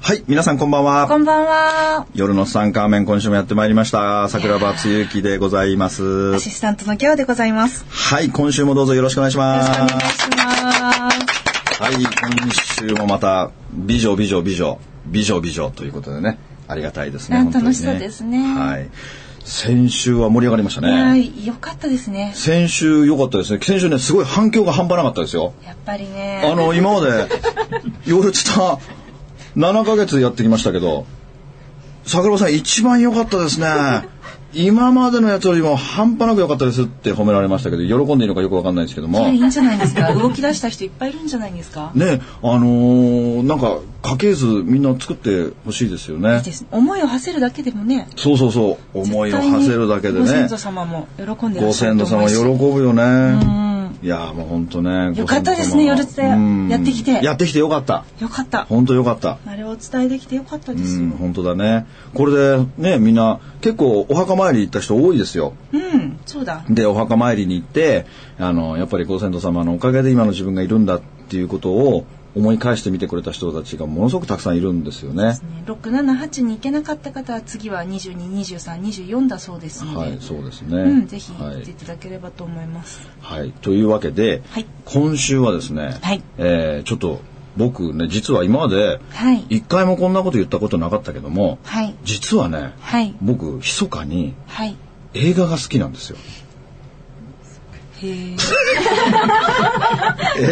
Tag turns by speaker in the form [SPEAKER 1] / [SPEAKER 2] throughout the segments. [SPEAKER 1] はい、皆さんこんばんは。
[SPEAKER 2] んばんは。
[SPEAKER 1] 夜のツタンカーメン今週もやってまいりました。桜庭つゆきでございます。
[SPEAKER 2] アシスタントの今日でございます。
[SPEAKER 1] はい、今週もどうぞよろしくお願いし
[SPEAKER 2] よろ
[SPEAKER 1] ま
[SPEAKER 2] しくお願い
[SPEAKER 1] す。
[SPEAKER 2] します。
[SPEAKER 1] はい、今週もまた、美女美女美女、美女美女ということでね、ありがたいですね。
[SPEAKER 2] あ
[SPEAKER 1] 本当にね
[SPEAKER 2] 楽しそうですね
[SPEAKER 1] はい。先週は盛り上がりましたね。
[SPEAKER 2] はい、よかったですね。
[SPEAKER 1] 先週良かったですね。先週ね、すごい反響が半端なかったですよ。
[SPEAKER 2] やっぱりね。
[SPEAKER 1] あの、今まで、夜ツタ、7ヶ月やってきましたけど、桜庭さん一番良かったですね。今までのやつよりも半端なく良かったですって褒められましたけど、喜んでいいのかよくわかんないんですけども。
[SPEAKER 2] いいんじゃないですか。動き出した人いっぱいいるんじゃないですか。
[SPEAKER 1] ね、あのーなんか家系図みんな作ってほしいですよね。
[SPEAKER 2] です思いを馳せるだけでもね。
[SPEAKER 1] そうそうそう、思いを馳せるだけで
[SPEAKER 2] ご
[SPEAKER 1] ね
[SPEAKER 2] 先祖。様も喜んでら
[SPEAKER 1] ご
[SPEAKER 2] っしゃる
[SPEAKER 1] 先
[SPEAKER 2] と
[SPEAKER 1] 祖
[SPEAKER 2] 思う
[SPEAKER 1] 様
[SPEAKER 2] し
[SPEAKER 1] 喜ぶよね。
[SPEAKER 2] ん
[SPEAKER 1] いやーもう本当ね。
[SPEAKER 2] よかったですね
[SPEAKER 1] ご
[SPEAKER 2] 夜
[SPEAKER 1] 先
[SPEAKER 2] つ
[SPEAKER 1] 祖
[SPEAKER 2] や
[SPEAKER 1] 様うん
[SPEAKER 2] やってきて
[SPEAKER 1] やってきてよかった。
[SPEAKER 2] よかった。
[SPEAKER 1] 本当よかった。
[SPEAKER 2] あれをお伝えできてよかったで
[SPEAKER 1] う
[SPEAKER 2] すよ。
[SPEAKER 1] ん、本当だね。これでね、みんな結構お墓参り行った人多いですよ。
[SPEAKER 2] うん、そうだ。
[SPEAKER 1] でお墓参りに行ってあのやっぱりご先祖様のおかげで今の自分がいるんだっていうことを思い返してみてくれた人たちがものすごくたくさんいるんですよね。
[SPEAKER 2] 六七八に行けなかった方は次は二十二、二十三、二十四だそうですので、
[SPEAKER 1] はい、そうですね。
[SPEAKER 2] うん、ぜひ
[SPEAKER 1] は
[SPEAKER 2] 行ってい
[SPEAKER 1] い、
[SPEAKER 2] ただければと思います。
[SPEAKER 1] はい、というわけで、
[SPEAKER 2] はい
[SPEAKER 1] 今週はですね、
[SPEAKER 2] はい
[SPEAKER 1] えーちょっと僕ね実は今まで
[SPEAKER 2] はい
[SPEAKER 1] 一回もこんなこと言ったことなかったけども、
[SPEAKER 2] はい
[SPEAKER 1] 実はね、
[SPEAKER 2] はい
[SPEAKER 1] 僕密かに
[SPEAKER 2] はい。
[SPEAKER 1] 映画が好きなんですよ。
[SPEAKER 2] へえ。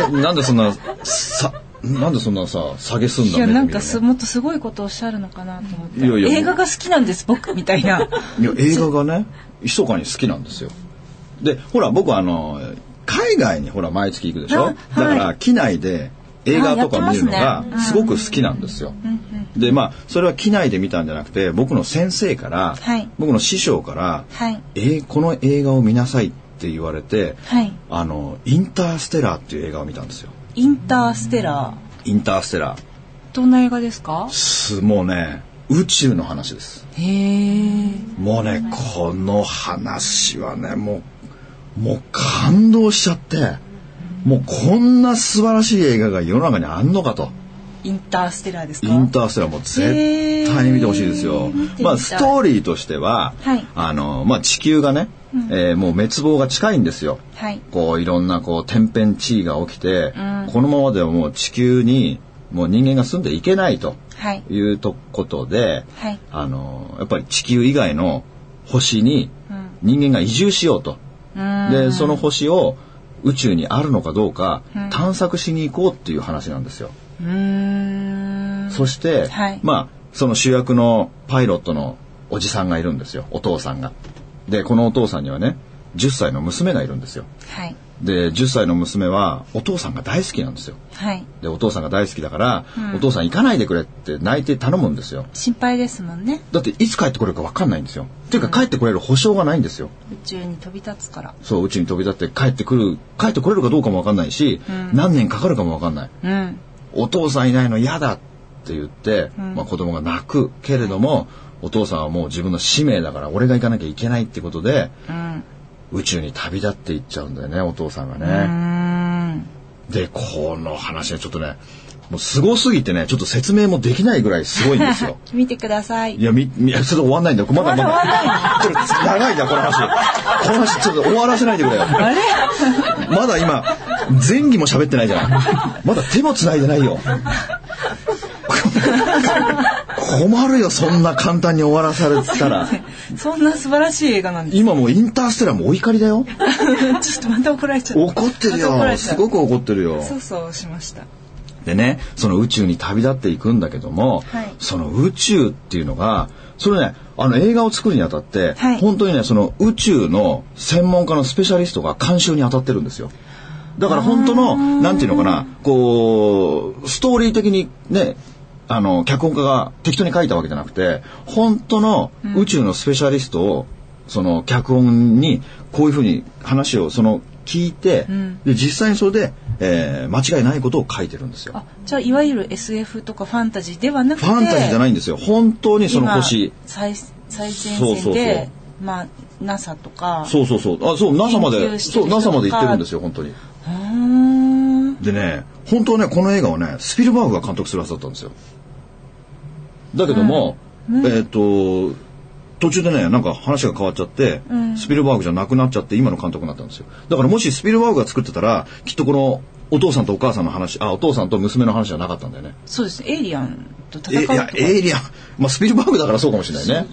[SPEAKER 1] え、なんでそんなさ、なんでそんなさ下げすんだ
[SPEAKER 2] いや
[SPEAKER 1] 目で
[SPEAKER 2] な
[SPEAKER 1] 見るの
[SPEAKER 2] んかすもっとすごいことをおっしゃるのかなと思って。
[SPEAKER 1] いやいや
[SPEAKER 2] 映画が好きなんです僕みたい な。
[SPEAKER 1] いや映画がね密かに好きなんですよでほら僕あの海外にほら毎月行くでしょ、
[SPEAKER 2] あはい
[SPEAKER 1] だから機内で映画とか見るの
[SPEAKER 2] あやっ
[SPEAKER 1] が
[SPEAKER 2] て
[SPEAKER 1] すごく好きなんですよ、でまあそれは機内で見たんじゃなくて僕の先生から、
[SPEAKER 2] はい
[SPEAKER 1] 僕の師匠から、
[SPEAKER 2] はい
[SPEAKER 1] えーこの映画を見なさいって言われて、
[SPEAKER 2] はい
[SPEAKER 1] あのインターステラーっていう映画を見たんですよ
[SPEAKER 2] インターステラー。
[SPEAKER 1] インターステラー
[SPEAKER 2] どんな映画です か？
[SPEAKER 1] すもうね宇宙の話です
[SPEAKER 2] へえ。
[SPEAKER 1] もうね、この話はね、もう、もう感動しちゃって、もうこんな素晴らしい映画が世の中にあんのかと。
[SPEAKER 2] インターステラーですか？
[SPEAKER 1] インターステラーも絶対に見てほしいです
[SPEAKER 2] へ
[SPEAKER 1] よ
[SPEAKER 2] ー見てみた。い
[SPEAKER 1] まあ、ストーリーとしては、
[SPEAKER 2] はい
[SPEAKER 1] あの、まあ、地球がね、えーもう滅亡が近いんですよ。
[SPEAKER 2] はい
[SPEAKER 1] こう、いろんな、こう、天変地異が起きて、このままではもう地球に、もう人間が住んでいけないと。
[SPEAKER 2] はい
[SPEAKER 1] いうとことで、
[SPEAKER 2] はい
[SPEAKER 1] あのやっぱり地球以外の星に人間が移住しようと、
[SPEAKER 2] うん
[SPEAKER 1] でその星を宇宙にあるのかどうか探索しに行こうっていう話なんですよ。
[SPEAKER 2] うーん
[SPEAKER 1] そして、
[SPEAKER 2] はい
[SPEAKER 1] まあその主役のパイロットのおじさんがいるんですよお父さんが。でこのお父さんにはね10歳の娘がいるんですよ。
[SPEAKER 2] はい
[SPEAKER 1] で10歳の娘はお父さんが大好きなんですよ。
[SPEAKER 2] はい
[SPEAKER 1] でお父さんが大好きだから、お父さん行かないでくれって泣いて頼むんですよ。
[SPEAKER 2] 心配ですもんね。
[SPEAKER 1] だっていつ帰ってこれるか分かんないんですよ。っていうか帰ってこれる保証がないんですよ。
[SPEAKER 2] 宇宙に飛び立つから。
[SPEAKER 1] そう、うちに飛び立って帰ってくる、帰ってこれるかどうかも分かんないし、何年かかるかも分かんない。
[SPEAKER 2] うん
[SPEAKER 1] お父さんいないの嫌だって言って、まあ子供が泣くけれども、お父さんはもう自分の使命だから俺が行かなきゃいけないってことで、
[SPEAKER 2] うん
[SPEAKER 1] 宇宙に旅立っていっちゃうんだよね、お父さんが
[SPEAKER 2] うー
[SPEAKER 1] ね。
[SPEAKER 2] ん
[SPEAKER 1] で、この話はちょっとね、もうすごすぎてね、ちょっと説明もできないぐらいすごいんです よ。
[SPEAKER 2] 見てください
[SPEAKER 1] い。や、み、み、 ちょっと終わんないんだよ。まだまだ。ちょっと長いな、この話。この話、ちょっと終わらせないでくれよ。
[SPEAKER 2] あれ
[SPEAKER 1] まだ今、前儀も喋ってないじゃない。まだ手も繋いでないよ。困るよ、そんな簡単に終わらされてたら。
[SPEAKER 2] そんな素晴らしい映画なんです。
[SPEAKER 1] 今もうインターステラーもお怒りだよ。
[SPEAKER 2] ちょっとまた怒られちゃった。
[SPEAKER 1] 怒ってる
[SPEAKER 2] また怒られ
[SPEAKER 1] よ。
[SPEAKER 2] ちゃう
[SPEAKER 1] すごく怒ってるよ。
[SPEAKER 2] そうそうしました。
[SPEAKER 1] でねその宇宙に旅立っていくんだけども、
[SPEAKER 2] はい
[SPEAKER 1] その宇宙っていうのがそれねあの映画を作るにあたって、
[SPEAKER 2] はい
[SPEAKER 1] 本当にねその宇宙の専門家のスペシャリストが監修に当たってるんですよ。だから本当のなんていうのかなこうストーリー的にねあの脚本家が適当に書いたわけじゃなくて本当の宇宙のスペシャリストをその脚本にこういうふうに話をその聞いて、
[SPEAKER 3] うん
[SPEAKER 1] で実際にそれで、えー間違いないことを書いてるんですよ。
[SPEAKER 3] あじゃあいわゆる SF とかファンタジーではなく
[SPEAKER 1] フ
[SPEAKER 3] て
[SPEAKER 1] ァンタジーじゃないいんですよ。本当にその星。
[SPEAKER 3] 最最前
[SPEAKER 1] そうそ
[SPEAKER 3] 線
[SPEAKER 1] うそう
[SPEAKER 3] でまあ NASA とかう
[SPEAKER 1] そうそうそう。あ、そう、NASA ま
[SPEAKER 3] 研
[SPEAKER 1] で、
[SPEAKER 3] 究して
[SPEAKER 1] そ
[SPEAKER 3] る
[SPEAKER 1] う、
[SPEAKER 3] 人とか
[SPEAKER 1] NASA まで行ってるんですよ、本当に。
[SPEAKER 3] ーん
[SPEAKER 1] でね、本当はね、この映画はね、スピルバーグが監督するはずだったんですよ。だけども、えっ、と、途中でね、なんか話が変わっちゃって、
[SPEAKER 3] ん
[SPEAKER 1] スピルバーグじゃなくなっちゃって、今の監督になったんですよ。だからもしスピルバーグが作ってたら、きっとこの、お父さんとお母さんの話、あ、お父さんと娘の話じゃなかったんだよね。
[SPEAKER 3] そうですねエイリアンと
[SPEAKER 1] え
[SPEAKER 3] 戦
[SPEAKER 1] いう
[SPEAKER 3] と
[SPEAKER 1] や
[SPEAKER 3] か、
[SPEAKER 1] エイリアン、まあ、スピルバーグだからそうかもしれないね。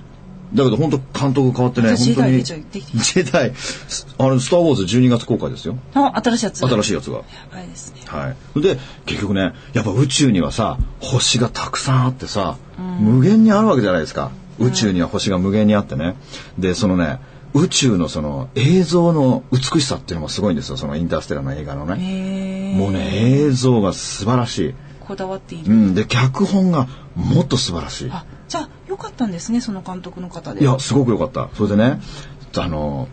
[SPEAKER 1] だけど本当監督変わってね、
[SPEAKER 3] 私
[SPEAKER 1] 本当に。ジ
[SPEAKER 3] 以外でじゃあできて
[SPEAKER 1] ェダイ、スあの、スター・ウォーズ12月公開ですよ。
[SPEAKER 3] あ新しいやつ
[SPEAKER 1] 新
[SPEAKER 3] し
[SPEAKER 1] しいやつが。
[SPEAKER 3] やばいですね
[SPEAKER 1] はい、で結局ねやっぱ宇宙にはさ星がたくさんあってさ、無限にあるわけじゃないですか宇宙には星が無限にあってねでそのね宇宙のその映像の美しさっていうのもすごいんですよそのインターステラーの映画のね、
[SPEAKER 3] へえ
[SPEAKER 1] もうね映像が素晴らし
[SPEAKER 3] こだわってい
[SPEAKER 1] い、う
[SPEAKER 3] る、
[SPEAKER 1] ん、で脚本がもっと素晴らしい
[SPEAKER 3] あじゃあよかったんですねその監督の方で
[SPEAKER 1] いやすごく良かったそれでねあの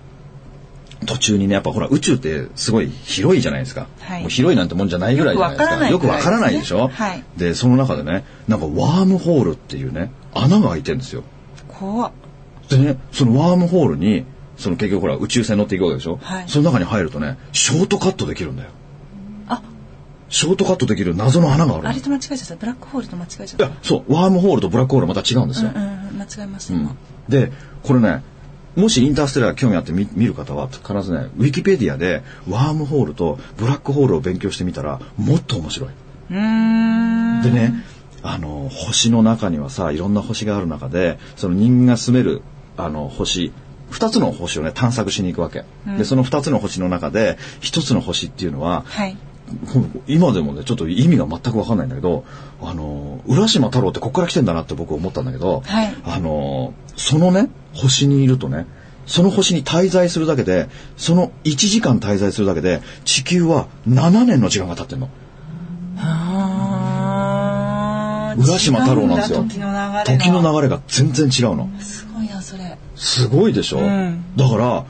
[SPEAKER 1] 途中にねやっぱほら宇宙ってすごい広いじゃないですか、
[SPEAKER 3] はい
[SPEAKER 1] もう広いなんてもんじゃないぐらいじゃないですか
[SPEAKER 3] よくわ
[SPEAKER 1] わ
[SPEAKER 3] か
[SPEAKER 1] からら
[SPEAKER 3] な
[SPEAKER 1] ないい
[SPEAKER 3] ぐらい
[SPEAKER 1] でしょ、
[SPEAKER 3] はい
[SPEAKER 1] でその中でねなんかワームホールっていうね穴が開いてるんですよ
[SPEAKER 3] 怖っ
[SPEAKER 1] でねそのワームホールにその結局ほら宇宙船乗っていくわけでしょ、
[SPEAKER 3] はい
[SPEAKER 1] その中に入るとねショートカットできるんだよ
[SPEAKER 3] あ
[SPEAKER 1] ショートカットできる謎の穴がある
[SPEAKER 3] あ
[SPEAKER 1] の
[SPEAKER 3] れ
[SPEAKER 1] い
[SPEAKER 3] と間違えちゃったブラックホールと間違えちゃった
[SPEAKER 1] やそうワームホールとブラックホールはまた違うんですよ、
[SPEAKER 3] うんうん間違えました、
[SPEAKER 1] う
[SPEAKER 3] 今
[SPEAKER 1] んでこれねもしインターステラー興味あって見見る方は必ずねウィキペディアでワームホールとブラックホールを勉強してみたらもっと面白い。
[SPEAKER 3] うーん
[SPEAKER 1] でねあの星の中にはさいろんな星がある中でその人間が住めるあの星2つの星をね探索しに行くわけ、でその2つの星の中で1つの星っていうのは
[SPEAKER 3] はい
[SPEAKER 1] ほん今でもねちょっと意味が全く分かんないんだけどあの浦島太郎ってここから来てんだなって僕思ったんだけど、
[SPEAKER 3] はい
[SPEAKER 1] あのそのね星にいるとねその星に滞在するだけでその1時間滞在するだけで地球は7年の時間が経ってんの。
[SPEAKER 3] あー
[SPEAKER 1] 浦島太郎なんですよ
[SPEAKER 3] 違うだ時の流
[SPEAKER 1] 時の流れ
[SPEAKER 3] れが
[SPEAKER 1] が全然違うの。
[SPEAKER 3] すごいなそれ
[SPEAKER 1] すごいでしょ、
[SPEAKER 3] ん
[SPEAKER 1] だから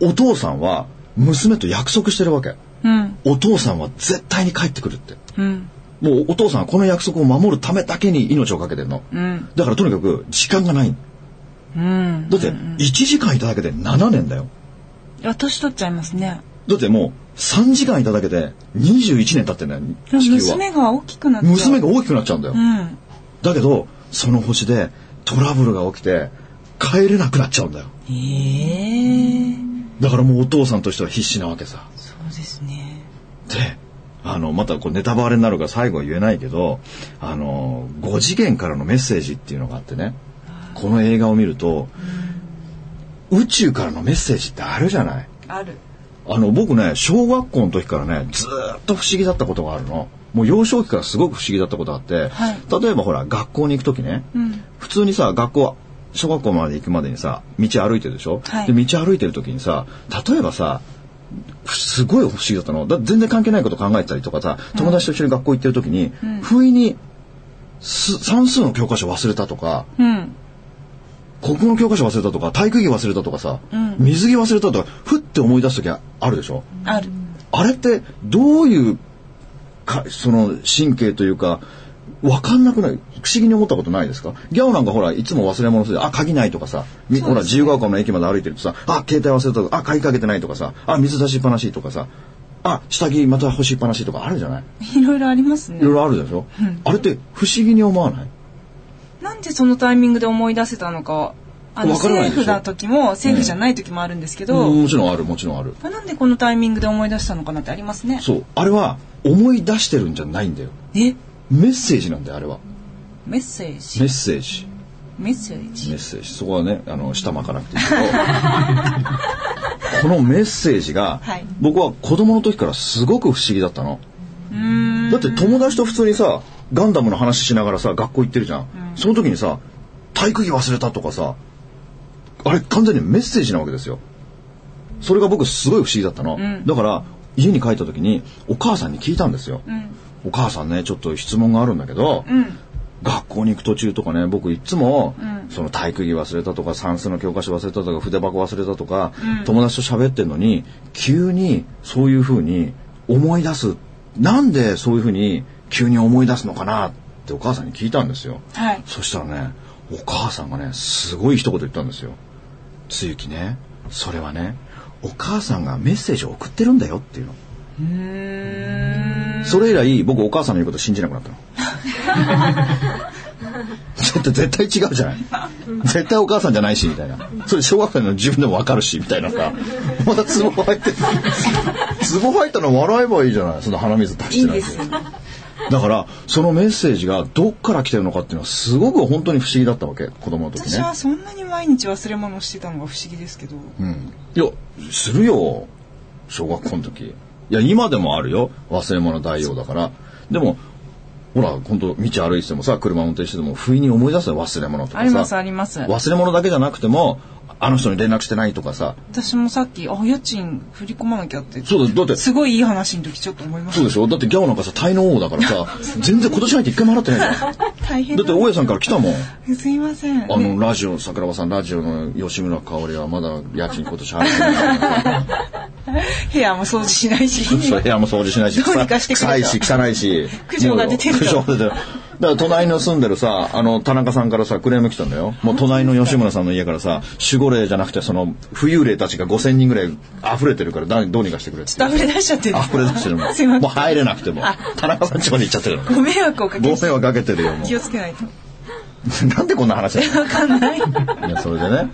[SPEAKER 1] お父さんは娘と約束してるわけ
[SPEAKER 3] うん
[SPEAKER 1] お父さんは絶対に帰ってくるって
[SPEAKER 3] うん
[SPEAKER 1] もうお父さんはこの約束を守るためだけに命をかけてるの、
[SPEAKER 3] うん
[SPEAKER 1] だからとにかく時間がない
[SPEAKER 3] うん
[SPEAKER 1] だって1時間いただけで7年だよ
[SPEAKER 3] 私取っちゃいますね
[SPEAKER 1] だってもう3時間いただけで21年経ってんだよ
[SPEAKER 3] でも
[SPEAKER 1] 地球は
[SPEAKER 3] 娘が大きくなっちゃう
[SPEAKER 1] 娘が大きくなっちゃうんだよ、
[SPEAKER 3] うん
[SPEAKER 1] だけどその星でトラブルが起きて帰れなくなっちゃうんだよ
[SPEAKER 3] ええ
[SPEAKER 1] だからもうお父さんとしては必死なわけさ
[SPEAKER 3] そうですね
[SPEAKER 1] であのまたこうネタバレになるから最後は言えないけどあの5次元からのメッセージっていうのがあってねこの映画を見ると、宇宙からのメッセージってあるじゃない
[SPEAKER 3] ある
[SPEAKER 1] あの僕ね小学校の時からねずーっと不思議だったことがあるのもう幼少期からすごく不思議だったことがあって、
[SPEAKER 3] はい
[SPEAKER 1] 例えばほら学校に行く時ね、
[SPEAKER 3] うん
[SPEAKER 1] 普通にさ学校小学校まで行くまでにさ道歩いてるでしょ、
[SPEAKER 3] はい
[SPEAKER 1] で道歩いてる時にさ例えばさすごい不思議だったのだ全然関係ないこと考えてたりとかさ友達と一緒に学校行ってる時に、不意にす算数の教科書忘れたとか
[SPEAKER 3] うん
[SPEAKER 1] 国語の教科書忘れたとか体育着忘れたとかさ、
[SPEAKER 3] うん
[SPEAKER 1] 水着忘れたとかふって思い出す時あるでしょ
[SPEAKER 3] ある
[SPEAKER 1] あれってどういうかその神経というか分かんなくない不思議に思ったことないですかギャオなんかほらいつも忘れ物するあ鍵ないとかさ、み
[SPEAKER 3] そうですね
[SPEAKER 1] ほら自由が丘の駅まで歩いてるとさあ携帯忘れたとかあ鍵かけてないとかさあ水出しっぱなしとかさあ下着また干しっぱなしとかあるじゃない
[SPEAKER 3] いろいろありますね
[SPEAKER 1] いろいろあるでしょ、あれって不思議に思わない
[SPEAKER 3] なんでそのタイミングで思い出せたのかはあの
[SPEAKER 1] わからない
[SPEAKER 3] セー
[SPEAKER 1] でしょ
[SPEAKER 3] フな時もセーフじゃない時もあるんですけど、
[SPEAKER 1] うんもちろんあるもちろんある
[SPEAKER 3] なんでこのタイミングで思い出したのかなってありますね
[SPEAKER 1] そうあれは思い出してるんじゃないんだよ
[SPEAKER 3] え
[SPEAKER 1] メッセージなんだよあれは
[SPEAKER 3] メッセージ
[SPEAKER 1] メッセージ
[SPEAKER 3] メッセージ
[SPEAKER 1] メッセージそこはねあの下巻かなくていいけど このメッセージが、
[SPEAKER 3] はい
[SPEAKER 1] 僕は子供の時からすごく不思議だったの
[SPEAKER 3] うーん
[SPEAKER 1] だって友達と普通にさガンダムの話しながらさ学校行ってるじゃん、その時にさ体育着忘れたとかさあれ完全にメッセージなわけですよそれが僕すごい不思議だったの、
[SPEAKER 3] ん
[SPEAKER 1] だから家に帰った時にお母さんに聞いたんですよ、
[SPEAKER 3] うん
[SPEAKER 1] お母さんねちょっと質問があるんだけど、
[SPEAKER 3] うん
[SPEAKER 1] 学校に行く途中とかね僕いつも、
[SPEAKER 3] ん
[SPEAKER 1] その体育着忘れたとか算数の教科書忘れたとか筆箱忘れたとか、友達と喋ってんのに急にそういうふうに思い出すなんでそういうふうに急に思い出すのかなってお母さんに聞いたんですよ。
[SPEAKER 3] はい。
[SPEAKER 1] そしたらね、お母さんがね、すごい一言言ったんですよ。つゆきね、それはね、お母さんがメッセージを送ってるんだよっていうの。それ以来、僕お母さんの言うこと信じなくな ったの。絶対、絶対違うじゃない。絶対お母さんじゃないし、みたいな。それ小学生の自分でもわかるし、みたいなさ。またツボ入ってる。ツボ入ったの笑えばいいじゃない。その鼻水出してないで。だからそのメッセージがどっから来てるのかっていうのはすごく本当に不思議だったわけ子供の時ね
[SPEAKER 3] 私はそんなに毎日忘れ物をしてたのが不思議ですけど。
[SPEAKER 1] うん、いやするよ小学校の時いや今でもあるよ忘れ物代用だからでもほら本当道歩いててもさ車運転してても不意に思い出すよ忘れ物とかさ
[SPEAKER 3] ありますあります。
[SPEAKER 1] 忘れ物だけじゃなくてもあの人に連絡してないとかさ
[SPEAKER 3] 私もさっき、あ、家賃振り込まなきゃって。
[SPEAKER 1] そうだだって
[SPEAKER 3] すごいいい話の時ちょっと思いま
[SPEAKER 1] そう
[SPEAKER 3] し
[SPEAKER 1] でしょだってギャオなんかさ滞納王だから さ全然今年入って一回も払ってないじゃんだ
[SPEAKER 3] た。大変だ
[SPEAKER 1] って大家さんから来たもん
[SPEAKER 3] すいません。
[SPEAKER 1] あ
[SPEAKER 3] ね
[SPEAKER 1] の、ラジオ、桜庭さん、ラジオの吉村香織はまだ家賃今年払ってないから。
[SPEAKER 3] 部屋も掃除しない し。
[SPEAKER 1] それ部屋も掃除しないし、
[SPEAKER 3] どうにかしてくれ
[SPEAKER 1] 臭い
[SPEAKER 3] と
[SPEAKER 1] し、汚いし。
[SPEAKER 3] 苦情が出てる
[SPEAKER 1] 苦情が出てる。だから隣の住んでるさ、あの、田中さんからさ、クレーム来たんだよ。もう隣の吉村さんの家からさ、守護霊じゃなくて、その、浮遊霊たちが5000人ぐらい溢れてるから、だどうにかしてくれって。
[SPEAKER 3] ダブル出しちゃってる。
[SPEAKER 1] 溢れ出してるも
[SPEAKER 3] すいま
[SPEAKER 1] ん。
[SPEAKER 3] せん
[SPEAKER 1] もう入れなくても。田中さんちまで行っちゃってるの。
[SPEAKER 3] ご迷惑をおかけ
[SPEAKER 1] 合
[SPEAKER 3] して
[SPEAKER 1] 成はかけてるよ、も
[SPEAKER 3] 気をつけないと。
[SPEAKER 1] う。なんでこんな話なの
[SPEAKER 3] わかんない。
[SPEAKER 1] いやそれでね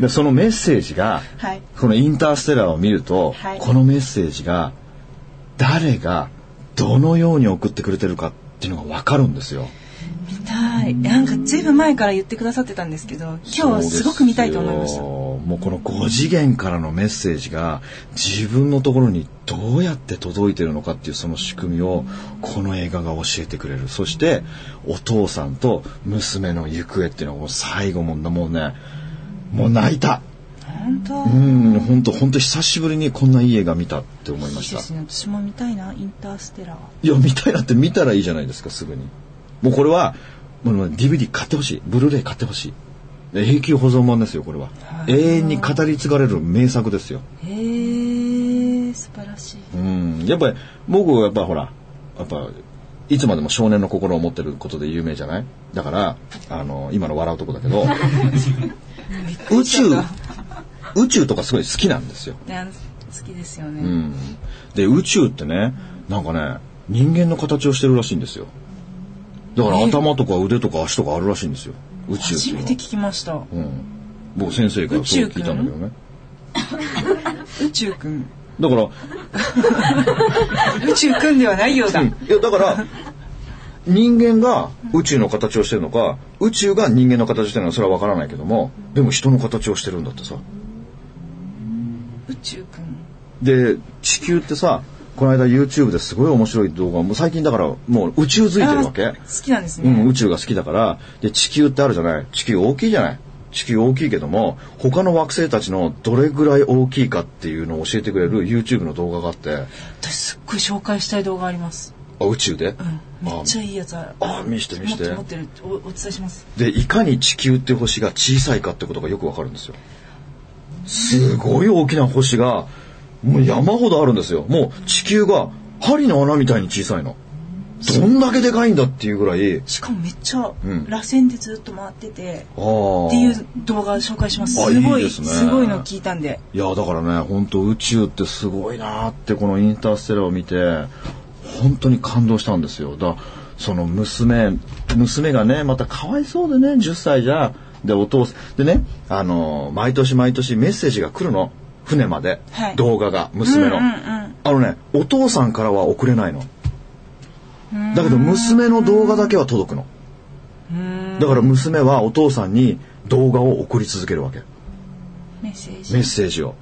[SPEAKER 1] でそのメッセージが、
[SPEAKER 3] はい
[SPEAKER 1] このインターステラーを見ると、
[SPEAKER 3] はい
[SPEAKER 1] このメッセージが誰がどのように送ってくれてるかっていうのが分かるんですよ。
[SPEAKER 3] 見たい。なんかずいぶん前から言ってくださってたんですけど、今日はすごく見たいと思いました。
[SPEAKER 1] そうですよもうこの5次元からのメッセージが自分のところにどうやって届いてるのかっていうその仕組みをこの映画が教えてくれるそしてお父さんと娘の行方っていうのがもう最後もうもうねもう泣いた。
[SPEAKER 3] 本当。
[SPEAKER 1] うん、本当本当久しぶりにこんないい映画見たって思いま
[SPEAKER 3] いい
[SPEAKER 1] し
[SPEAKER 3] で
[SPEAKER 1] た。
[SPEAKER 3] すね。私も見たいな、インターステラー。
[SPEAKER 1] いや、見たいなって見たらいいじゃないですか、すぐに。もうこれは、もう DVD 買ってほしい。ブルーレイ買ってほしい。で永久保存版ですよ、これは。永遠に語り継がれる名作ですよ。
[SPEAKER 3] へえ、素晴らしい。
[SPEAKER 1] うん、やっぱり僕はやっぱほらやっぱいつまでも少年の心を持ってることで有名じゃないだからあの今の笑うとこだけ ど宇宙宇宙とかすごい好きなんですよ、
[SPEAKER 3] ね、好きですよね。
[SPEAKER 1] うん、で宇宙ってねなんかね人間の形をしてるらしいんですよだから頭とか腕とか足とかあるらしいんですよ宇宙ってい
[SPEAKER 3] 初
[SPEAKER 1] うの
[SPEAKER 3] め
[SPEAKER 1] は
[SPEAKER 3] て聞きました。
[SPEAKER 1] うん、僕先生からそう聞いたんだけどね
[SPEAKER 3] 宇宙くん。
[SPEAKER 1] だから
[SPEAKER 3] 宇宙くんではないようだ。
[SPEAKER 1] いやだから人間が宇宙の形をしてるのか宇宙が人間の形をしてるのかそれは分からないけどもでも人の形をしてるんだってさ
[SPEAKER 3] 宇宙くん。
[SPEAKER 1] で地球ってさこの間 YouTube ですごい面白い動画もう最近だからもう宇宙づいてるわ
[SPEAKER 3] あ
[SPEAKER 1] け
[SPEAKER 3] 好、きなんです
[SPEAKER 1] う
[SPEAKER 3] ね。
[SPEAKER 1] ん、宇宙が好きだからで地球ってあるじゃない地球大きいじゃない地球大きいけども他の惑星たちのどれぐらい大きいかっていうのを教えてくれる YouTube の動画があって
[SPEAKER 3] 私すっごい紹介したい動画あります。
[SPEAKER 1] あ宇宙で、
[SPEAKER 3] めっちゃいいやつある。
[SPEAKER 1] あ見して見して
[SPEAKER 3] 持ってる持ってる。おお伝えします。
[SPEAKER 1] でいかに地球って星が小さいかってことがよくわかるんですよすごい大きな星がもう山ほどあるんですよもう地球が針の穴みたいに小さいのどんだけでかいんだっていうぐらい
[SPEAKER 3] しかもめっちゃ
[SPEAKER 1] ん
[SPEAKER 3] 螺旋でずっと回ってて、
[SPEAKER 1] ああ
[SPEAKER 3] っていう動画紹介します。
[SPEAKER 1] あ
[SPEAKER 3] すご
[SPEAKER 1] いい
[SPEAKER 3] い
[SPEAKER 1] ですね
[SPEAKER 3] すごいの聞いたんで。
[SPEAKER 1] いやだからね本当宇宙ってすごいなーってこの「インターステラー」を見て本当に感動したんですよだからその娘娘がねまたかわいそうでね10歳じゃでお父さんでねあのー毎年毎年メッセージが来るの船まで、
[SPEAKER 3] はい
[SPEAKER 1] 動画が娘の、
[SPEAKER 3] うんうんうん
[SPEAKER 1] あのねお父さんからは送れないのだけど娘の動画だけは届くのだから娘はお父さんに動画を送り続けるわけ
[SPEAKER 3] メッセージ。
[SPEAKER 1] メッセージを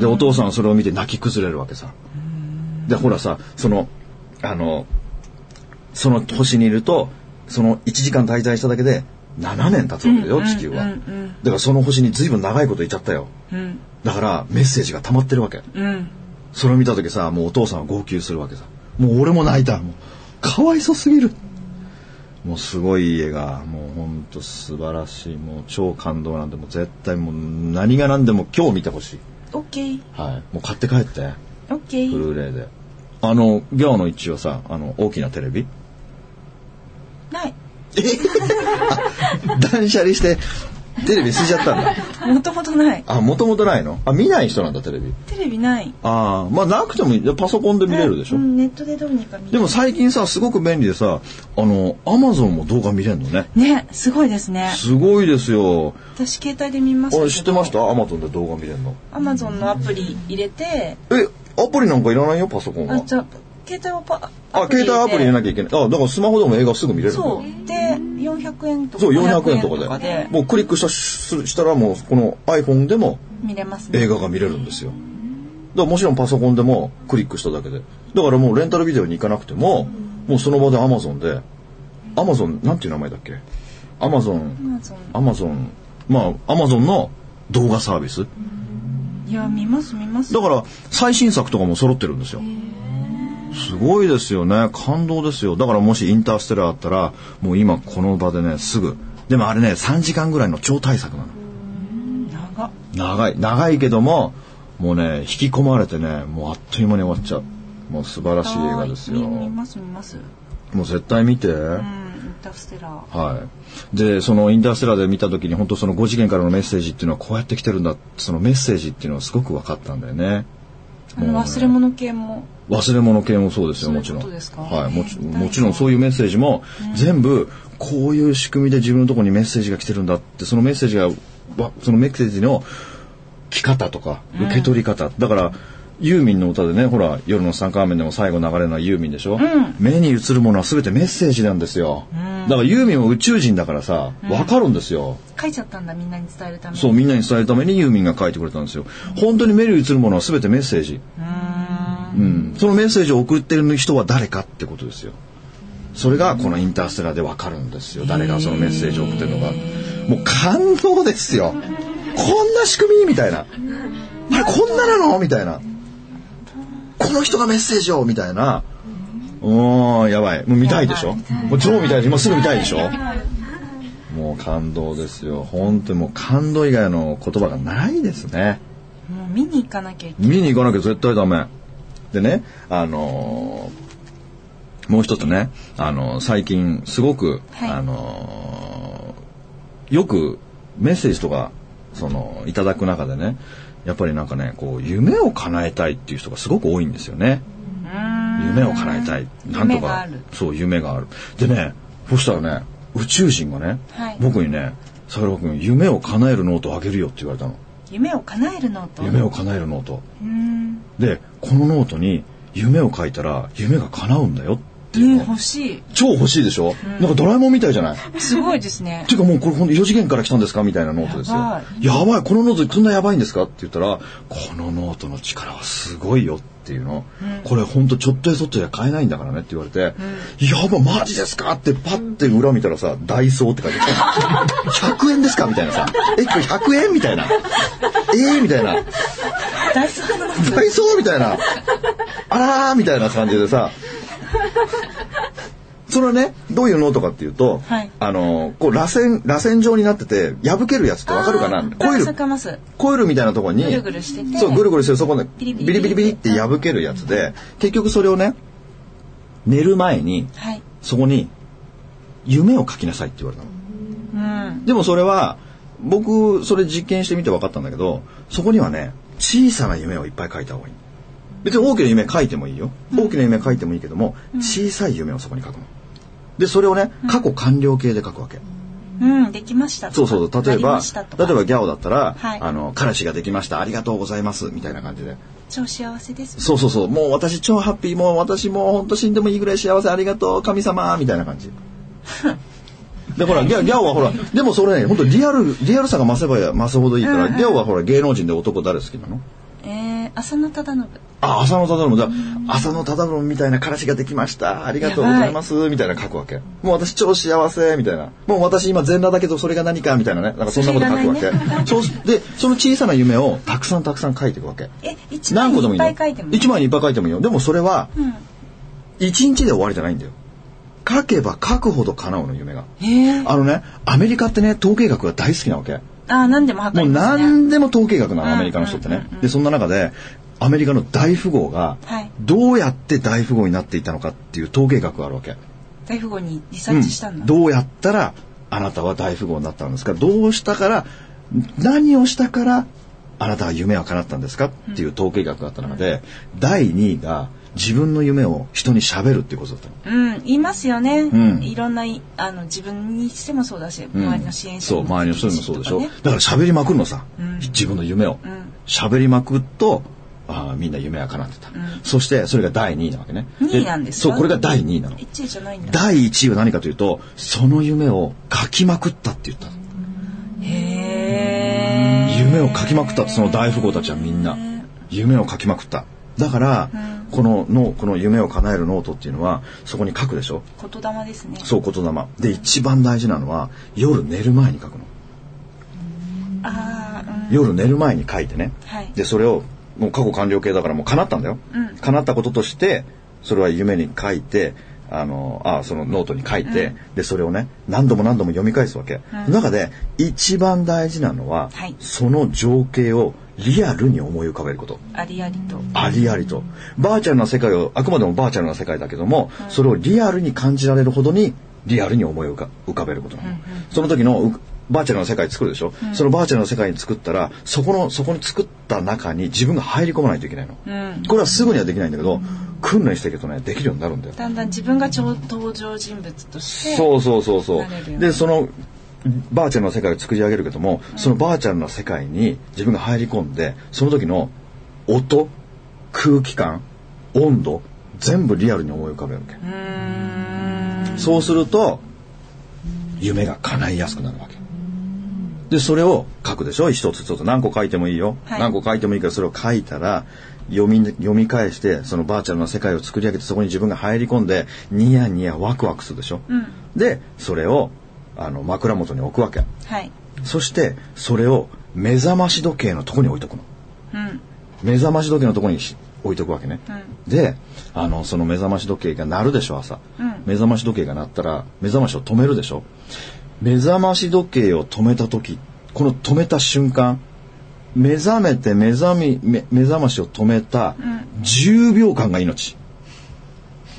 [SPEAKER 1] でお父さんはそれを見て泣き崩れるわけさでほらさそのあのその星にいるとその1時間滞在しただけで7年経つわけだよ地球はだからその星に随分長いこといちゃったよ
[SPEAKER 3] うん
[SPEAKER 1] だからメッセージが溜まってるわけ
[SPEAKER 3] うん。
[SPEAKER 1] それを見た時さもうお父さんは号泣するわけさもう俺も泣いたもうかわいそすぎるもうすごい家がもうほんと素晴らしいもう超感動なんでもう絶対もう何が何でも今日見てほしい、
[SPEAKER 3] オッケー
[SPEAKER 1] はい、もう買って帰って
[SPEAKER 3] オッケ
[SPEAKER 1] ブル
[SPEAKER 3] ー
[SPEAKER 1] ーレイであの行の一応さあの大きなテレビ
[SPEAKER 3] ない
[SPEAKER 1] 断捨離してテレビ捨てちゃったんだ
[SPEAKER 3] もともとない
[SPEAKER 1] あもともとないのあ見ない人なんだテレビ
[SPEAKER 3] テレビない
[SPEAKER 1] ああまあなくてもいいパソコンで見れるでしょ、
[SPEAKER 3] うん、ネットでどうにか見
[SPEAKER 1] でも最近さすごく便利でさあのアマゾンも動画見れるのね
[SPEAKER 3] ねすごいですね
[SPEAKER 1] すごいですよ
[SPEAKER 3] 私携帯で見ます
[SPEAKER 1] 俺知ってましたアマゾンで動画見れるの
[SPEAKER 3] アマゾンのアプリ入れて
[SPEAKER 1] えアプリなんかいらないよパソコンは
[SPEAKER 3] あじゃあ携帯をパ
[SPEAKER 1] あ携帯アプリ入れな
[SPEAKER 3] き
[SPEAKER 1] きゃいけないあだからスマホでも映画すぐ見れるんだよ
[SPEAKER 3] そうで400円とか
[SPEAKER 1] そう400円と
[SPEAKER 3] 500
[SPEAKER 1] かでもうクリックしたししたらもうこの iPhone でも
[SPEAKER 3] 見れますね
[SPEAKER 1] 映画が見れるんですよだからもちろんパソコンでもクリックしただけでだからもうレンタルビデオに行かなくてももうその場で Amazon で Amazon なんていう名前だっけ Amazon
[SPEAKER 3] アマゾン
[SPEAKER 1] アマゾンまあアマゾンの動画サービス
[SPEAKER 3] いや見ます見ます
[SPEAKER 1] だから最新作とかも揃ってるんですよすごいですよね感動ですよだからもしインターステラーあったらもう今この場でねすぐでもあれね3時間ぐらいの超大作なの
[SPEAKER 3] 長っ
[SPEAKER 1] 長い長いけどももうね引き込まれてねもうあっという間に終わっちゃうもう素晴らしい映画ですよ
[SPEAKER 3] はい見見
[SPEAKER 1] も
[SPEAKER 3] ます見ます
[SPEAKER 1] う絶対見て、
[SPEAKER 3] うんインターステラー
[SPEAKER 1] はい、でそのインターステラーで見た時に本当その5次元からのメッセージっていうのはこうやって来てるんだそのメッセージっていうのはすごく分かったんだよね
[SPEAKER 3] あの忘れ物系も
[SPEAKER 1] 忘れ物系もそうですよもちろん
[SPEAKER 3] そういうことですか
[SPEAKER 1] はい、もち
[SPEAKER 3] うん
[SPEAKER 1] もちろんそういうメッセージも全部こういう仕組みで自分のところにメッセージが来てるんだってそのメッセージがわそのメッセージの来方とか受け取り方、だからユーミンの歌でねほら「夜の三冠面」でも最後流れるのはユーミンでしょ、目に映るものは全てメッセージなんですよ、だからユーミンも宇宙人だからさ分かるんですよ、
[SPEAKER 3] 書いちゃったんだみんなに伝えるために
[SPEAKER 1] そうみんなに伝えるためにユーミンが書いてくれたんですよ本当に目に映るものは全てメッセージうん、そのメッセージを送ってる人は誰かってことですよそれがこのインターステラーでわかるんですよ誰がそのメッセージを送ってるのかもう感動ですよこんな仕組みみたいなあれこんななのみたいなこの人がメッセージをみたいなうんやばいもう見たいでしょもう超見たいでしょ今すぐ見たいでしょもう感動ですよ本当にもう感動以外の言葉がないですね
[SPEAKER 3] もう見に行かなきゃいけない
[SPEAKER 1] 見に行かなきゃ絶対ダメでねあのーもう一つねあのー最近すごく、
[SPEAKER 3] はい
[SPEAKER 1] あのーよくメッセージとかそのいただく中でねやっぱりなんかねこう夢を叶えたいっていう人がすごく多いんですよね夢を叶えたいなんと
[SPEAKER 3] 夢が
[SPEAKER 1] か
[SPEAKER 3] ある
[SPEAKER 1] そう夢があるでねそしたらね宇宙人がね、
[SPEAKER 3] はい
[SPEAKER 1] 僕にね「桜庭君夢を叶えるノートあげるよ」って言われたの
[SPEAKER 3] 夢を叶えるのと
[SPEAKER 1] 夢を叶えるノート
[SPEAKER 3] うん
[SPEAKER 1] でこのノートに夢を書いたら夢が叶うんだよっていう
[SPEAKER 3] ね
[SPEAKER 1] の、
[SPEAKER 3] 欲し
[SPEAKER 1] 超欲しいでしょ、なんかドラえもんみたいじゃない
[SPEAKER 3] いすごいです ね
[SPEAKER 1] ていうかもうこれほんと4次元から来たんですかみたいなノートですよ
[SPEAKER 3] やば
[SPEAKER 1] やばいこのノートこんなやばいんですかって言ったらこのノートの力はすごいよっていうの、これほんとちょっとやそっとじゃ買えないんだからねって言われて、やばマジですかってパッて裏見たらさ「ダイソー」って書いてある100円ですかみたいなさ「えこれ100円?」みたいな「えー?」みたいな
[SPEAKER 3] ダイソーの
[SPEAKER 1] ダイソーみたいな、あらーみたいな感じでさ、それはね、どういうノートかっていうと、
[SPEAKER 3] はい
[SPEAKER 1] あの、こう、螺旋、螺旋状になってて、破けるやつってわかるかなコイル、
[SPEAKER 3] かます
[SPEAKER 1] コイルみたいなところに、
[SPEAKER 3] ぐるぐるしてて
[SPEAKER 1] そう、ぐるぐるしてる、そこね、ビ
[SPEAKER 3] ビリ
[SPEAKER 1] リビ
[SPEAKER 3] ビリビリ
[SPEAKER 1] リビリって破けるやつで、結局それをね、寝る前に、
[SPEAKER 3] はい
[SPEAKER 1] そこに、夢を書きなさいって言われたの。
[SPEAKER 3] うん
[SPEAKER 1] でもそれは、僕、それ実験してみて分かったんだけど、そこにはね、小さな夢をいっぱい書いた方がいい。別に大きな夢書いてもいいよ。大きな夢書いてもいいけども、小さい夢をそこに書くの。で、それをね、過去完了形で書くわけ。
[SPEAKER 3] うんできました
[SPEAKER 1] そうそうそう、例え
[SPEAKER 3] なり
[SPEAKER 1] ば、
[SPEAKER 3] ましたとか
[SPEAKER 1] 例えばギャオだったら、
[SPEAKER 3] はい
[SPEAKER 1] あの、彼氏ができました、ありがとうございます、みたいな感じで。
[SPEAKER 3] 超幸せです
[SPEAKER 1] そうそうそう、もう私超ハッピー、もう私もうほんと死んでもいいぐらい幸せ、ありがとう、神様、みたいな感 じ。で、ほら、ギャギャオはほら、でもそれね、ほんとリアル、リアルさが増せば増すほどいいから、ギャオはほら、芸能人で男誰好きなの
[SPEAKER 3] えー浅野忠信
[SPEAKER 1] あ、浅野忠信だ。浅野忠信みたいな彼氏ができました。ありがとうございます。みたいな書くわけ。もう私超幸せ。みたいな。もう私今全裸だけどそれが何かみたいなね。なんかそんなこと書くわ
[SPEAKER 3] それ
[SPEAKER 1] け。
[SPEAKER 3] いらないね
[SPEAKER 1] そうすで、その小さな夢をたくさんたくさん書いていくわけ。
[SPEAKER 3] え一枚
[SPEAKER 1] 何個でもい
[SPEAKER 3] い
[SPEAKER 1] い
[SPEAKER 3] っ
[SPEAKER 1] の
[SPEAKER 3] ぱい書いてもいい
[SPEAKER 1] 一枚にいっぱい書いてもいいよでもそれは
[SPEAKER 3] うん
[SPEAKER 1] 一日で終わりじゃないんだよ書けば書くほど叶うの夢が。
[SPEAKER 3] へえ。
[SPEAKER 1] あのね、アメリカってね、統計学が大好きなわけ。
[SPEAKER 3] あ、何でも測
[SPEAKER 1] もう
[SPEAKER 3] りますね。
[SPEAKER 1] 何でも統計学な
[SPEAKER 3] うん
[SPEAKER 1] の、アメリカの人って
[SPEAKER 3] うん
[SPEAKER 1] ね
[SPEAKER 3] うんうん。
[SPEAKER 1] で、そんな中で、アメリカの大富豪が
[SPEAKER 3] はい、
[SPEAKER 1] どうやって大富豪になっていたのかっていう統計学があるわけ。
[SPEAKER 3] 大富豪にリサーチしたんだ。
[SPEAKER 1] どうやったらあなたは大富豪になったんですかどうしたから何をしたからあなたは夢は叶ったんですかっていう統計学があった中で、第2位が自分の夢を人に喋るっていうことだったの。
[SPEAKER 3] うん、言いますよね。
[SPEAKER 1] ん
[SPEAKER 3] いろんないあの自分にしてもそうだし、
[SPEAKER 1] うん
[SPEAKER 3] 周りの支援者
[SPEAKER 1] そう
[SPEAKER 3] にも
[SPEAKER 1] 周りの人にもそうでしょ、
[SPEAKER 3] ね
[SPEAKER 1] だから喋りまくるのさ、
[SPEAKER 3] うん
[SPEAKER 1] 自分の夢を
[SPEAKER 3] うん
[SPEAKER 1] 喋、りまくるとあーみんな夢は叶ってた、
[SPEAKER 3] ん
[SPEAKER 1] そしてそれが第2位なわけね
[SPEAKER 3] 二位なんですか
[SPEAKER 1] そうこれが第2位なの
[SPEAKER 3] 一位じゃないんだ。
[SPEAKER 1] 第1位は何かというとその夢を書きまくったって言ったの
[SPEAKER 3] へえ。
[SPEAKER 1] 夢を書きまくったその大富豪たちはみんな夢を書きまくっただから、こののこの夢を叶えるノートっていうのはそこに書くでしょ
[SPEAKER 3] 言霊ですね。
[SPEAKER 1] そう言霊で一番大事なのは夜寝る前に書くの
[SPEAKER 3] ああ、うん。
[SPEAKER 1] 夜寝る前に書いてね、
[SPEAKER 3] はい
[SPEAKER 1] でそれをもう過去完了形だからもう叶ったんだよ、
[SPEAKER 3] うん
[SPEAKER 1] 叶ったこととしてそれは夢に書いてあのあそのノートに書いて、でそれをね何度も何度も読み返すわけ、
[SPEAKER 3] ん
[SPEAKER 1] その中で一番大事なのは、
[SPEAKER 3] はい
[SPEAKER 1] その情景をリアルに思い浮かべること
[SPEAKER 3] ありありと。
[SPEAKER 1] ありありとバーチャルな世界をあくまでもバーチャルな世界だけども、それをリアルに感じられるほどにリアルに思い浮か浮かべることなの、その時のうバーチャルな世界作るでしょ、そのバーチャルな世界に作ったらそこのそこに作った中に自分が入り込まないといけないの、
[SPEAKER 3] うん。
[SPEAKER 1] これはすぐにはできないんだけど、訓練していくとねできるようになるんだよ
[SPEAKER 3] だんだん自分が超登場人物として。
[SPEAKER 1] そうそうそうそう
[SPEAKER 3] なれるよね
[SPEAKER 1] でそのバーチャルな世界を作り上げるけども、そのバーチャルな世界に自分が入り込んでその時の音空気感温度全部リアルに思い浮かべるわけ、
[SPEAKER 3] うーん。
[SPEAKER 1] そうすると夢が叶いやすくなるわけでそれを書くでしょ一つ一つ何個書いてもいいよ、
[SPEAKER 3] はい
[SPEAKER 1] 何個書いてもいいからそれを書いたら読み読み返してそのバーチャルな世界を作り上げてそこに自分が入り込んでニヤニヤワクワクするでしょ、
[SPEAKER 3] うん。
[SPEAKER 1] でそれをあの枕元に置くわけ
[SPEAKER 3] はい。
[SPEAKER 1] そしてそれを目覚まし時計のとこに置いとくの
[SPEAKER 3] うん。
[SPEAKER 1] 目覚まし時計のとこにし置いとくわけね、
[SPEAKER 3] う
[SPEAKER 1] であのその目覚まし時計が鳴るでしょ朝、
[SPEAKER 3] うん
[SPEAKER 1] 目覚まし時計が鳴ったら目覚ましを止めるでしょ目覚まし時計を止めた時この止めた瞬間目覚めて目覚み目目覚ましを止めた10秒間が命、 起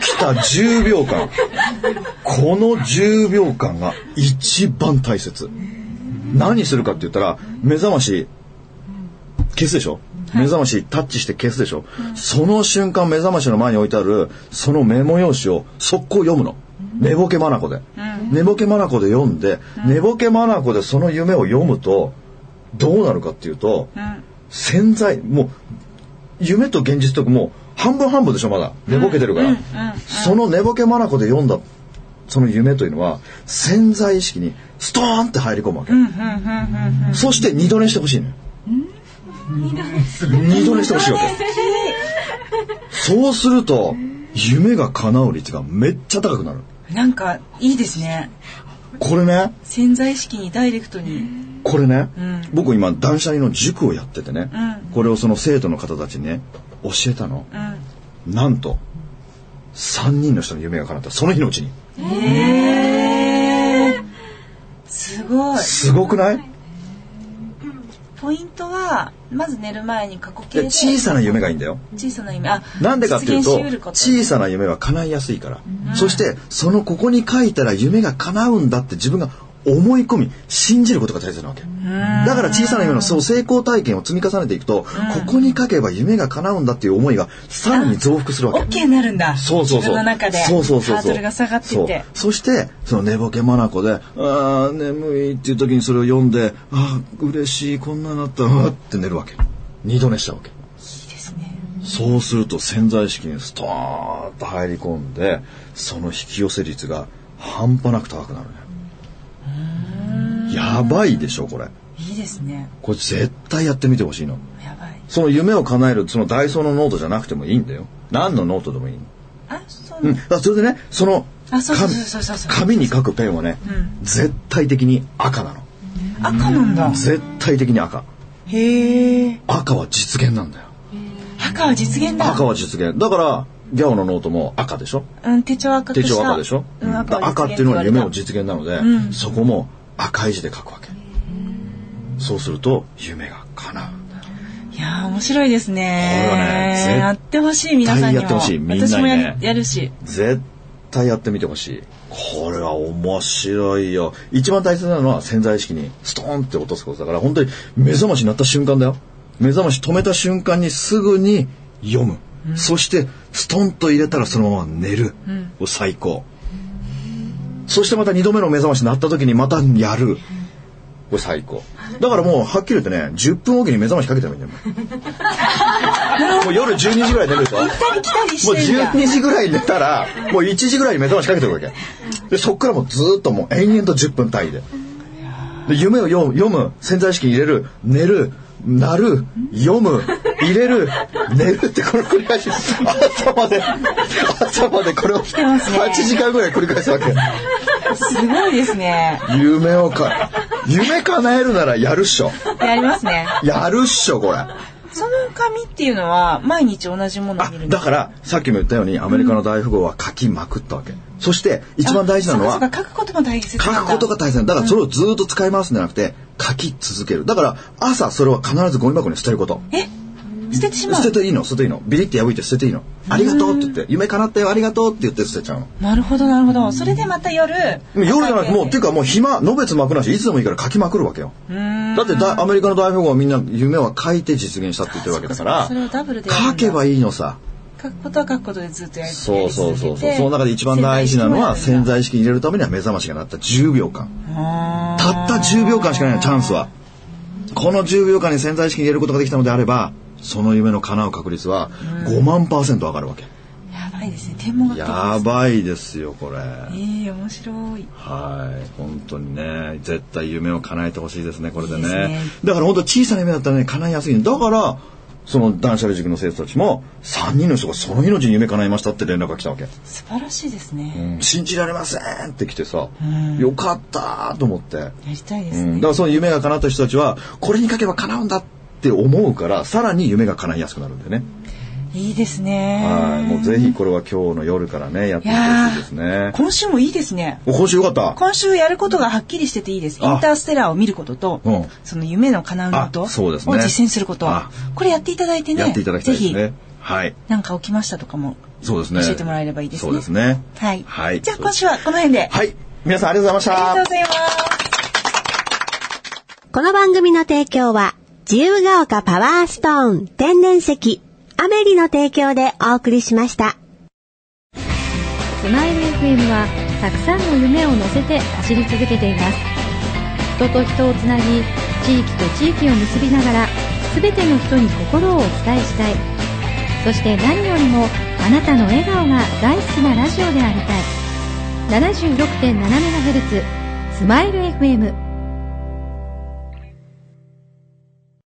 [SPEAKER 1] きた10秒間この10秒間が一番大切何するかって言ったら目覚まし消すでしょ目覚ましタッチして消すでしょ、その瞬間目覚ましの前に置いてあるそのメモ用紙を速攻読むの寝ぼけ眼で、寝ぼけ眼で読んで、寝ぼけ眼でその夢を読むとどうなるかっていうと、
[SPEAKER 3] うん。
[SPEAKER 1] 潜在もう夢と現実ともう半分半分でしょまだ寝ぼけてるから、
[SPEAKER 3] うんうん
[SPEAKER 1] その寝ぼけ眼で読んだその夢というのは潜在意識にストーンって入り込むわけ、
[SPEAKER 3] うん。うん。うん。うん。
[SPEAKER 1] そして二度寝してほしいのよ二度寝してほしいわけそうすると夢が叶う率がめっちゃ高くなる
[SPEAKER 3] なんか、いいですね。
[SPEAKER 1] これね
[SPEAKER 3] 潜在意識にダイレクトに。
[SPEAKER 1] これね、
[SPEAKER 3] うん
[SPEAKER 1] 僕今断捨離の塾をやっててね、
[SPEAKER 3] うん
[SPEAKER 1] これをその生徒の方たちにね教えたの、
[SPEAKER 3] うん。
[SPEAKER 1] なんと3人の人の夢が叶ったその日のうちに
[SPEAKER 3] えー、すごい
[SPEAKER 1] すごくない
[SPEAKER 3] ポイントはまず寝る前に過去形
[SPEAKER 1] で
[SPEAKER 3] で
[SPEAKER 1] 小さな夢がいいんだよ
[SPEAKER 3] 小さな夢あ
[SPEAKER 1] なんでかっていう
[SPEAKER 3] 実
[SPEAKER 1] と
[SPEAKER 3] 現しうること
[SPEAKER 1] 小さな夢は叶いやすいから、そしてそのここに書いたら夢が叶うんだって自分が思い込み信じることが大切なわけだから小さな夢のそう成功体験を積み重ねていくと、ここに書けば夢が叶うんだっていう思いがさらに増幅するわけ
[SPEAKER 3] OK になるんだ
[SPEAKER 1] そうそうそう。
[SPEAKER 3] 自分の中で
[SPEAKER 1] そうそうそうそう。
[SPEAKER 3] ハードルが下がっていて
[SPEAKER 1] そうそして、その寝ぼけ眼で、あー、眠いっていう時にそれを読んで、あー、嬉しい、こんなになったわって寝るわけ。二度寝したわけ。
[SPEAKER 3] いいですね
[SPEAKER 1] そうすると潜在意識にストーンと入り込んで、その引き寄せ率が半端なく高くなるね。やばいでしょ、これ。
[SPEAKER 3] いいですね
[SPEAKER 1] これ絶対やってみてほしいの。
[SPEAKER 3] やばい
[SPEAKER 1] その夢を叶える、そのダイソーのノートじゃなくてもいいんだよ。何のノートでもいいの。
[SPEAKER 3] あそう
[SPEAKER 1] う、
[SPEAKER 3] なんんだ、
[SPEAKER 1] あそれでねその
[SPEAKER 3] あそうそう
[SPEAKER 1] 紙
[SPEAKER 3] そうそうそう
[SPEAKER 1] 紙に書くペンはね、
[SPEAKER 3] う
[SPEAKER 1] 絶対的に赤なの
[SPEAKER 3] 赤なんだ
[SPEAKER 1] 絶対的に赤
[SPEAKER 3] へえ
[SPEAKER 1] 赤は実現なんだよ
[SPEAKER 3] 赤は実現だ
[SPEAKER 1] 赤は実現だからギャオのノートも赤でしょ
[SPEAKER 3] うん、手帳赤く
[SPEAKER 1] 手
[SPEAKER 3] した
[SPEAKER 1] 帳赤でしょ、
[SPEAKER 3] うん、
[SPEAKER 1] だから赤
[SPEAKER 3] 赤
[SPEAKER 1] っていうのは夢を
[SPEAKER 3] じ
[SPEAKER 1] 実現なので、
[SPEAKER 3] うん
[SPEAKER 1] そこも赤い字で書くわけそうすると夢が叶う
[SPEAKER 3] いやー面白いですね
[SPEAKER 1] これはね絶対
[SPEAKER 3] やってほしい皆さんにも
[SPEAKER 1] やってほしいみんなにね
[SPEAKER 3] 私もややるし
[SPEAKER 1] 絶対やってみてほしいこれは面白いよ一番大切なのは潜在意識にストーンって落とすことだから本当に目覚ましになった瞬間だよ目覚まし止めた瞬間にすぐに読む、そしてストンと入れたらそのまま寝る、最高そしてまた2度目の目覚ましになった時にまたやる、これ最高だからもうはっきり言ってね10分おきに目覚ましかけてもいいんだよもうもう夜12時ぐらい寝るでしょ
[SPEAKER 3] 来たり来たり
[SPEAKER 1] もう
[SPEAKER 3] してんだ
[SPEAKER 1] 12時ぐらいに寝たら、もう1時ぐらいに目覚ましかけてくるわけ。で、そっからもうずーっともう延々と10分単位で。で、夢を読む、読む潜在意識に入れる、寝る、なる、読む、入れる、寝るってこの繰り返し、朝まで、朝までこれを8
[SPEAKER 3] ますね
[SPEAKER 1] 時間ぐらい繰り返すわけ。
[SPEAKER 3] すごいですね
[SPEAKER 1] 夢をか、夢叶えるならやるっしょ。
[SPEAKER 3] やりますね
[SPEAKER 1] やるっしょ、これ。
[SPEAKER 3] その紙っていうのは毎日同じものを
[SPEAKER 1] あ
[SPEAKER 3] 見るんで
[SPEAKER 1] だ
[SPEAKER 3] す
[SPEAKER 1] からさっきも言ったようにアメリカの大富豪は書きまくったわけ、そして一番大事なのは
[SPEAKER 3] あそうかそうか書くことも大切
[SPEAKER 1] 書くことが大切なんだだからそれをずっと使い回すんじゃなくて書き続けるだから朝それは必ずゴミ箱に捨てること
[SPEAKER 3] え捨ててしま
[SPEAKER 1] 捨て
[SPEAKER 3] う
[SPEAKER 1] ていいの捨てていいのビリって破いて捨てていいのありがとうって言って夢叶ったよありがとうって言って捨てちゃうの
[SPEAKER 3] なるほどなるほどそれでまた夜
[SPEAKER 1] 夜じゃなくてもう
[SPEAKER 3] う
[SPEAKER 1] っていうかもう暇のべつ幕なしいつでもいいから書きまくるわけよ
[SPEAKER 3] うーん
[SPEAKER 1] だってだアメリカの大富豪はみんな夢は書いて実現したって言ってるわけだから
[SPEAKER 3] それをダブルでやるんだ
[SPEAKER 1] 書けばいいのさ
[SPEAKER 3] 書くことは書くことでずっとやり続
[SPEAKER 1] そう
[SPEAKER 3] けて
[SPEAKER 1] そうそうそう。その中で一番大事なのは潜在意識に入れるためには目覚ましが鳴った10秒間。
[SPEAKER 3] あー
[SPEAKER 1] たった10秒間しかないのチャンスは。この10秒間に潜在意識に入れることができたのであれば、その夢の叶う確率は5万パーセント上がるわけ。
[SPEAKER 3] やばいですね天文学的
[SPEAKER 1] やばいですよ、これ。
[SPEAKER 3] え
[SPEAKER 1] は
[SPEAKER 3] ー、面白い
[SPEAKER 1] い。本当にね、絶対夢を叶えてほしいですね、これで
[SPEAKER 3] いいです
[SPEAKER 1] ね
[SPEAKER 3] ね。
[SPEAKER 1] だから本当小さな夢だったらね、叶いやすいんだだから、その断捨離塾の生徒たちも、3人の人がその日のうちに夢叶いましたって連絡が来たわけ。
[SPEAKER 3] 素晴らしいですね、
[SPEAKER 1] 信じられませんって来てさ、
[SPEAKER 3] ん
[SPEAKER 1] よかったーと思って、
[SPEAKER 3] やりたいで
[SPEAKER 1] う
[SPEAKER 3] すね、
[SPEAKER 1] ん、だからその夢が叶った人たちはこれに書けば叶うんだって思うからさらに夢が叶いやすくなるんだよね、
[SPEAKER 3] いいですね
[SPEAKER 1] はいもうぜひこれは今日の夜からねやってみてほしいですね
[SPEAKER 3] 今週もいいですね
[SPEAKER 1] お今週よかった
[SPEAKER 3] 今週やることがはっきりしてていいです。イ
[SPEAKER 1] あ
[SPEAKER 3] ンターステラーを見ることと、
[SPEAKER 1] うん
[SPEAKER 3] その夢の叶うこと
[SPEAKER 1] あ
[SPEAKER 3] を
[SPEAKER 1] そうです
[SPEAKER 3] 実
[SPEAKER 1] ね
[SPEAKER 3] 践すること
[SPEAKER 1] あ。
[SPEAKER 3] これやっていただいてね。
[SPEAKER 1] やっていただきたいです
[SPEAKER 3] ぜ
[SPEAKER 1] ねはい
[SPEAKER 3] ひ、なんか起きましたとかも
[SPEAKER 1] そうですね
[SPEAKER 3] 教えてもらえればいいですね
[SPEAKER 1] そうですね
[SPEAKER 3] はい。
[SPEAKER 1] はい、
[SPEAKER 3] じゃあ今週はこの辺で。
[SPEAKER 1] はい皆さんありがとうございました
[SPEAKER 3] ありがとうございます。
[SPEAKER 4] この番組の提供は、自由が丘パワーストーン天然石、アメリの提供でお送りしました。
[SPEAKER 5] スマイル FM はたくさんの夢を乗せて走り続けています人と人をつなぎ地域と地域を結びながら全ての人に心をお伝えしたいそして何よりもあなたの笑顔が大好きなラジオでありたい 76.7MHz スマイル FM